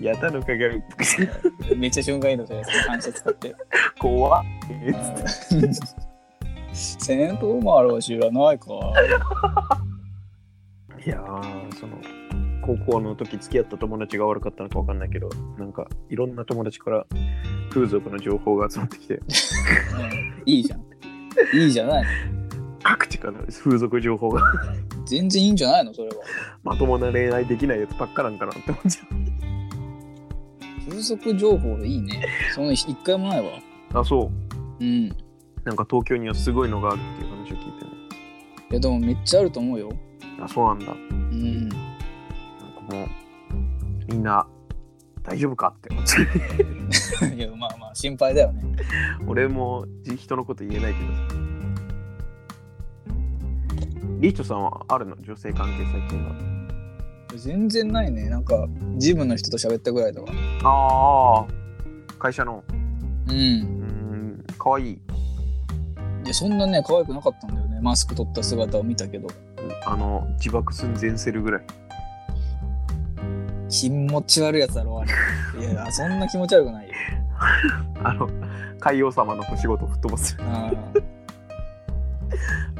Speaker 2: て、やたら鏡 つけて、
Speaker 1: めっちゃ瞬間移動じゃないですか、反射使って。
Speaker 2: 怖っ
Speaker 1: えー 戦闘もあるわ、知らないか。
Speaker 2: いやー、その、高校の時付き合った友達が悪かったのかわかんないけど、なんか、いろんな友達から風俗の情報が集まってきて、
Speaker 1: うんいいじゃん。いいじゃない。
Speaker 2: 各地から風俗情報が、
Speaker 1: 全然いいんじゃないの、それは。
Speaker 2: まともな恋愛できないやつばっかなんかなって思っちゃ
Speaker 1: 風俗情報いいね。その一回もないわ。
Speaker 2: う。あ、そ
Speaker 1: うん。
Speaker 2: う。
Speaker 1: い
Speaker 2: なんか東京にはすごいのがあるっていう話を聞いてね。
Speaker 1: や、でもめっちゃあると思うよ。
Speaker 2: あ、そうなんだ。な
Speaker 1: うん。
Speaker 2: んかもう、みんな、大丈夫かって思 っちゃう。
Speaker 1: いや、まあまあ、心配だよね。
Speaker 2: 俺もじ人のこと言えないけどさ。リーチョさんはあるの女性関係最近は。
Speaker 1: 全然ないね。なんか、ジムの人と喋ったぐらいだわ。
Speaker 2: ああ、会社の。
Speaker 1: うん
Speaker 2: う。ーん、かわいい。
Speaker 1: いや、そんなね、可愛くなかったんだよね。マスク取った姿を見たけど。
Speaker 2: あの、自爆寸前セルぐらい。
Speaker 1: 気持ち悪いやつだろ、あれ。いや、そんな気持ち悪くないよ。
Speaker 2: あの、海王様の星ごと吹っ飛ばす。
Speaker 1: あ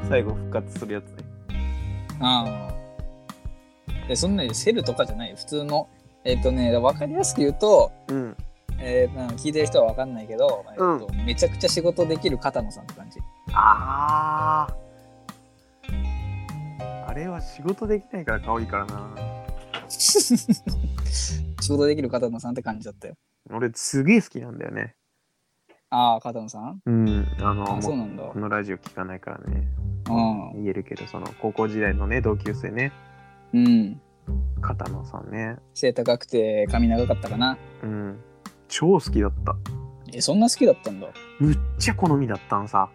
Speaker 2: 最後復活するやつね。
Speaker 1: あ。ああ。で、そんなにセルとかじゃないよ。普通の。えっ、とね、わかりやすく言うと、
Speaker 2: うん。
Speaker 1: えーなんか聞いてる人はわかんないけど、えっとめちゃくちゃ仕事できる片野さんって感じ。
Speaker 2: ああ。あれは仕事できないから可愛いからな。
Speaker 1: 仕事できる片野さんって感じだったよ。
Speaker 2: 俺すげえ好きなんだよね。
Speaker 1: ああ、片野さん
Speaker 2: うん。あの、
Speaker 1: あ
Speaker 2: もう
Speaker 1: そうなんだ。
Speaker 2: このラジオ聞かないからね。
Speaker 1: う
Speaker 2: 言えるけど、その高校時代のね、同級生ね、
Speaker 1: ん。うん。
Speaker 2: 片野さんね。
Speaker 1: 背高くて髪長かったかな。
Speaker 2: うん。超好きだった。
Speaker 1: え、そんな好きだったんだ。
Speaker 2: むっちゃ好みだったんさ。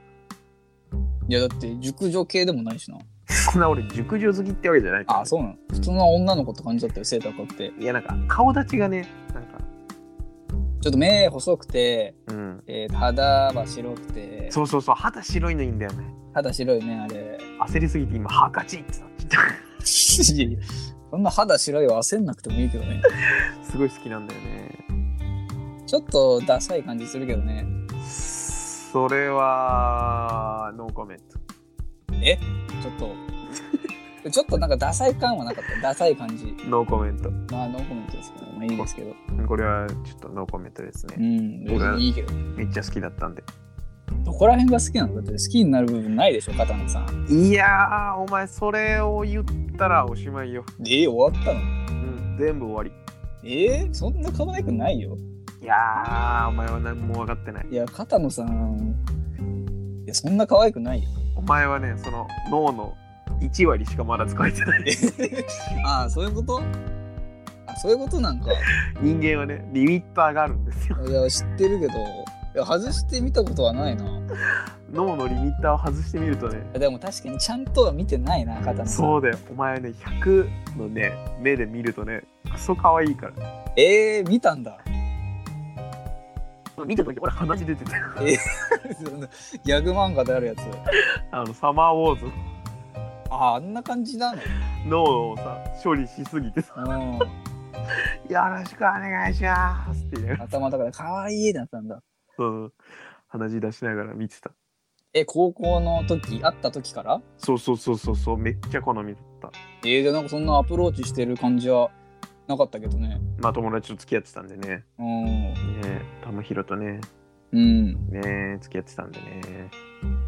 Speaker 1: いや、だって熟女系でもないしな。
Speaker 2: そんな俺熟女好きってわけじゃないから
Speaker 1: ああ、そうなの。普通の女の子って感じだったよ、背高くて。
Speaker 2: いやなんか顔立ちがねなんか
Speaker 1: ちょっと目細くて、
Speaker 2: うん
Speaker 1: えー肌は白くて、
Speaker 2: そうそうそう肌白いのいいんだよね
Speaker 1: 肌白いね、あれ。
Speaker 2: 焦りすぎて今ハカチンってなっちゃっ
Speaker 1: いやいやそんな肌白いは焦んなくてもいいけどね。
Speaker 2: た すごい好きなんだよね
Speaker 1: ちょっとダサい感じするけどね。
Speaker 2: それはノーコメント
Speaker 1: ちょっと。 ちょっとなんかダサい感はなかった。ダサい感じ。
Speaker 2: ノーコメント
Speaker 1: まあノーコメントですけど、まあいいですけど。
Speaker 2: これはちょっとノーコメントです
Speaker 1: う
Speaker 2: ね
Speaker 1: ん、別にいいけど。
Speaker 2: めっちゃ好きだったんで
Speaker 1: どこら辺が好きなのだって好きになる部分ないでしょ、片野さん。
Speaker 2: いやーお前それを言ったらおしまいよ、
Speaker 1: えー、終わったの
Speaker 2: うん、全部終わ
Speaker 1: えー、そんな可愛くないよ。
Speaker 2: りいやーお前は何も分かってない
Speaker 1: いや、片野さん。いや、そんな可愛くないよ。
Speaker 2: お前はねその脳の1割しかまだ使えてない
Speaker 1: ああ、そういうことあ、そういうことなんか。
Speaker 2: 人間はねリミッターがあるんですよ
Speaker 1: いや、知ってるけど、いや外してみたことはないな。
Speaker 2: 脳のリミッターを外してみるとね
Speaker 1: でも確かにちゃんとは見てないな、片野さん。
Speaker 2: そうだよお前ね100のね目で見るとねクソ可愛いから
Speaker 1: ええー、見たんだ。
Speaker 2: 見た時俺鼻血出てたよ
Speaker 1: そのギャグ漫画であるやつ。
Speaker 2: あのサマーウォーズ
Speaker 1: あ、あんな感じなの。
Speaker 2: 脳をさ処理しすぎてさ
Speaker 1: うん。
Speaker 2: 「よろしくお願いします」って言いながら
Speaker 1: 頭だから可愛いだったんだ。
Speaker 2: うん鼻血出しながら見てた
Speaker 1: え、高校の時、会った時から
Speaker 2: そうそうそうそうそうめっちゃ好みだった
Speaker 1: ええー、でなんかそんなアプローチしてる感じはなかったけどね。
Speaker 2: まあ友達と付き合ってたんでね
Speaker 1: うん。
Speaker 2: ねえ玉広とね
Speaker 1: うん。
Speaker 2: ねえ付き合ってたんでね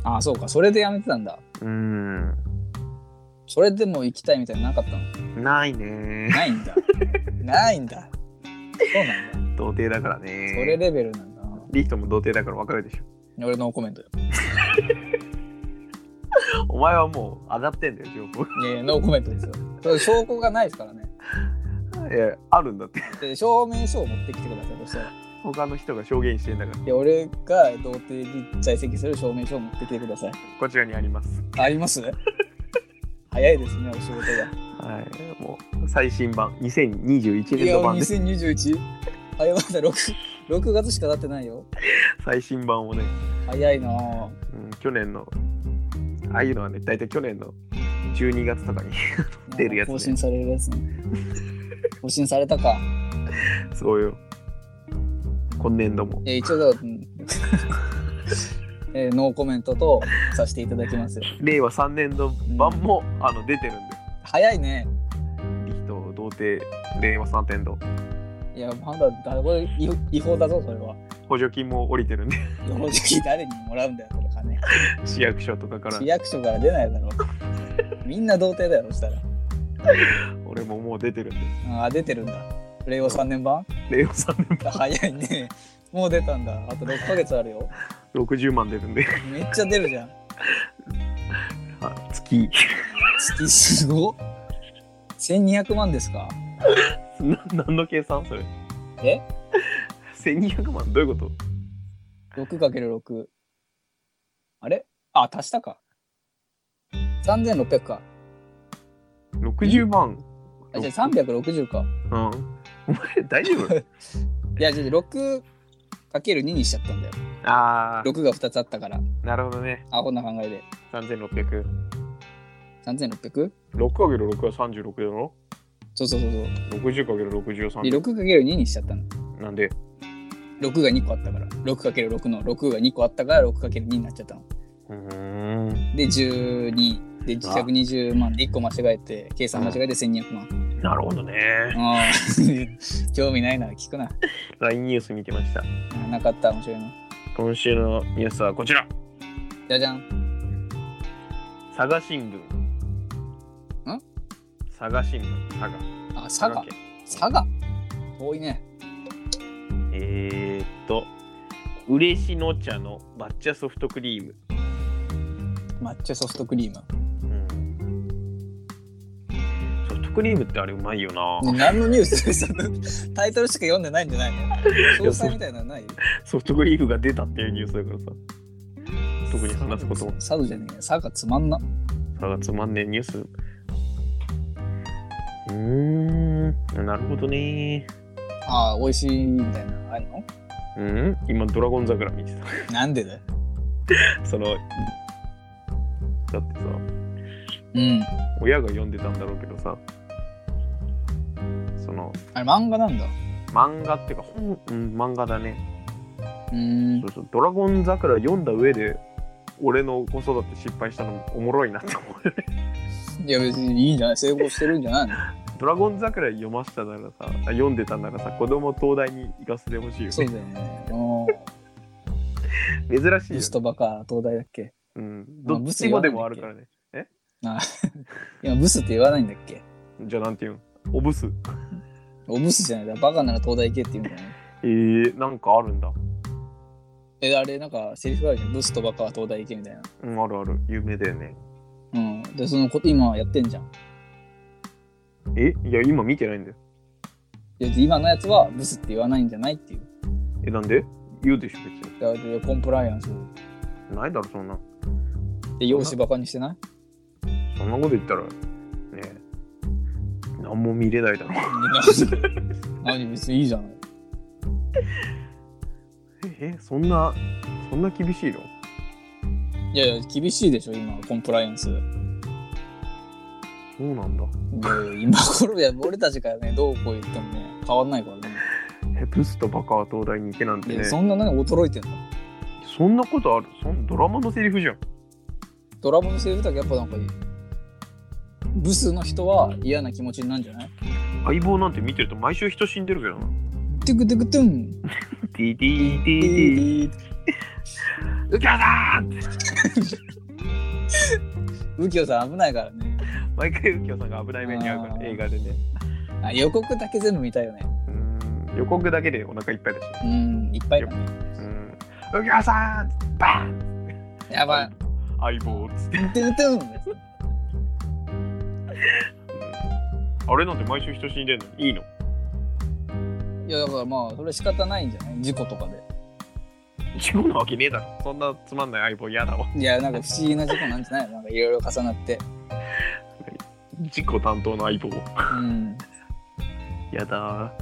Speaker 1: あ、そうか。それでやめてたんだ。
Speaker 2: うん
Speaker 1: それでも行きたいみたいなのなかったの
Speaker 2: ないね
Speaker 1: ないんだ。ないんだ。そうなんだ。
Speaker 2: 童貞だから
Speaker 1: それ
Speaker 2: ね
Speaker 1: レベルなんだな。
Speaker 2: リヒトも童貞だからわかるでしょ
Speaker 1: 俺のコメントよ。
Speaker 2: お前はもう上がってんだよ、情報。
Speaker 1: い やいや、ノーコメントですよ。それ証拠がないですからね。
Speaker 2: いや、あるんだって。
Speaker 1: で証明書を持ってきてください。そしたら。
Speaker 2: 他の人が証言してんだから、
Speaker 1: いや、俺が童貞に在籍する証明書を持ってきてください。
Speaker 2: こちらにあります。
Speaker 1: あります早いですね、お仕事が。
Speaker 2: はい、もう最新版、2021
Speaker 1: い
Speaker 2: 年
Speaker 1: や、
Speaker 2: の版です。
Speaker 1: 2021? 早まだ 6, 6月しか経ってないよ。
Speaker 2: 最新版をね、
Speaker 1: 早いなぁ。
Speaker 2: うん、去年の、ああいうのはね、大体去年の12月とかに出るやつね
Speaker 1: 更新されるやつね。更新されたか。
Speaker 2: そうよ。今年度も。
Speaker 1: えー一応だ、うんえーノーコメントとさせていただきますよ。
Speaker 2: 令和3年度版も、あの出てるんで。
Speaker 1: 早いね。
Speaker 2: リヒト、童貞、令和3年度。
Speaker 1: いや、まだ、だこれ違違法だぞ、それは。
Speaker 2: 補助金も降りてるんで、
Speaker 1: 正直誰にもらうんだよ、これ金。
Speaker 2: 市役所とかから
Speaker 1: 市。役所から出ないだろ。みんな童貞だよ、そしたら。
Speaker 2: 俺ももう出てるんで。
Speaker 1: あー、出てるんだ。令和3年版
Speaker 2: 令和3年版
Speaker 1: 早いね。もう出たんだ。あと6ヶ月あるよ。
Speaker 2: 60万出るんで。
Speaker 1: めっちゃ出るじゃん。
Speaker 2: あ月。
Speaker 1: 月すごっ。1200万ですか
Speaker 2: な何の計算それ。
Speaker 1: え
Speaker 2: ?1200 万どういうこと
Speaker 1: ?6×6。あれあ、足したか。3600か。
Speaker 2: ?60 万。
Speaker 1: あ、じゃあ360か。
Speaker 2: うん。お前大丈 夫
Speaker 1: いや、じゃあ 6×2 にしちゃったんだよ。
Speaker 2: あ
Speaker 1: 6が2つあったから。
Speaker 2: あ、なるほどね。
Speaker 1: アホな考えで。
Speaker 2: 3600。
Speaker 1: 3600?
Speaker 2: 6×6 は36だろ
Speaker 1: そうそうそうそう。
Speaker 2: ?60×60 は
Speaker 1: で、
Speaker 2: 36。
Speaker 1: 6×2 にしちゃったの。
Speaker 2: なんで
Speaker 1: 6が2個あったから。6×6 の6が2個あったから 6×2 になっちゃったの。
Speaker 2: うーん。
Speaker 1: で、12。で、
Speaker 2: うわ
Speaker 1: 120万で1個間違えて、計算間違えて1200万。
Speaker 2: なるほどね。
Speaker 1: ああ 興味ないなら聞くな。
Speaker 2: LINE ニュース見てました。
Speaker 1: なかった、面白いな。
Speaker 2: 今週のニュースはこちら。
Speaker 1: じゃじゃん。
Speaker 2: 佐賀新聞。
Speaker 1: ん
Speaker 2: 佐賀新聞。佐賀。
Speaker 1: あ、佐賀。
Speaker 2: 県。
Speaker 1: 佐賀遠いね。
Speaker 2: えー、っと、嬉野茶の抹茶ソフトクリーム。
Speaker 1: 抹茶ソフトクリーム。
Speaker 2: うん、ソフトクリームってあれうまいよな。
Speaker 1: ね何のニュースでした タイトルしか読んでないんじゃないの詳細みたいなのない
Speaker 2: ソフトクリームが出たっていうニュースだからさ。特に話すことも。
Speaker 1: 佐賀じゃねえ。佐賀つまんな。
Speaker 2: さがつまんねえニュース。うーん、なるほどね。
Speaker 1: ああ、美味しいみたいなのあるの
Speaker 2: うん、今ドラゴン桜見て
Speaker 1: なんでだよ。
Speaker 2: た。 その、だってさ、
Speaker 1: うん。
Speaker 2: 親が読んでたんだろうけどさ、その、
Speaker 1: あれ、漫画なんだ。
Speaker 2: 漫画っていうか本、うん、漫画だね。
Speaker 1: うーん
Speaker 2: そ。うそう、ドラゴン桜読んだ上で、俺の子育て失敗したのおもろいなって思う よね。
Speaker 1: いや、別にいいんじゃない成功してるんじゃないの
Speaker 2: ドラゴン桜読ましたならさ、あ読んでたならさ、子供東大に行かせてほしいよ
Speaker 1: そう
Speaker 2: ね。
Speaker 1: だよね。おー
Speaker 2: 珍しいよね
Speaker 1: ブスとバカ、東大だっけ
Speaker 2: うん。どっちもでもあるからね。
Speaker 1: 今、ブスって言わないんだっけ
Speaker 2: じゃあなんていうのおぶす。
Speaker 1: おブスじゃないだ。バカなら東大行けって言うんだよね。
Speaker 2: えー、なんかあるんだ。
Speaker 1: え、あれ、なんか、セリフがあるじゃん。ブスとバカは東大行けみたいな。
Speaker 2: うん、あるある。有名だよね。
Speaker 1: うん。で、そのこと、今やってんじゃん。
Speaker 2: えいや、今見てないんだよ。
Speaker 1: で、今のやつは、ブスって言わないんじゃないっていう。
Speaker 2: え、なんで言うでしょ、別に。
Speaker 1: だから、コンプライアンス。
Speaker 2: ないだろ、そんな。
Speaker 1: で、容姿バカにして ない
Speaker 2: そんなこと言ったら、ねえ、なんも見れないだろ。
Speaker 1: 何別にいいじゃない。
Speaker 2: え、そんな、そんな厳しいの
Speaker 1: いやいや、厳しいでしょ、今、コンプライアンス。で
Speaker 2: そうなんだ。
Speaker 1: 今頃、いや、俺たちからね、どうこう言ってもね、変わんないからね。
Speaker 2: え、ブスとバカは東大に行けなんて
Speaker 1: で、
Speaker 2: ね。
Speaker 1: そ
Speaker 2: そ
Speaker 1: んな何衰えてんの
Speaker 2: んなことあるそんドラマのセリフじゃん。
Speaker 1: ドラマのセリフだけやっぱなんかいい。ブスの人は嫌な気持ちになるんじゃない
Speaker 2: 相棒なんて見てると毎週人死んでるけどな。
Speaker 1: トゥクトゥクトゥン
Speaker 2: ディディデ
Speaker 1: え
Speaker 2: ィディ。
Speaker 1: ー
Speaker 2: うきゃさん
Speaker 1: 右京さん危ないからね。
Speaker 2: 毎回右京さんが危ない目に遭うか
Speaker 1: あ
Speaker 2: ら
Speaker 1: ー
Speaker 2: 映画でね
Speaker 1: あ予告だけ全部見たいよね。
Speaker 2: うーん予告だけでお腹いっぱいだし
Speaker 1: うん、いっぱいだね。
Speaker 2: うん右京さんバーン
Speaker 1: やばい。
Speaker 2: 相棒っつって
Speaker 1: トゥクトゥン
Speaker 2: あれなんて毎週人死んでんのいいの
Speaker 1: いや、だからまあ、それ仕方ないんじゃない事故とかで。
Speaker 2: 事故なわけねえだろそんなつまんない相棒嫌だわ
Speaker 1: いや、なんか不思議な事故なんじゃないなんかいろいろ重なって。
Speaker 2: 事故担当の相棒
Speaker 1: うん。
Speaker 2: やだ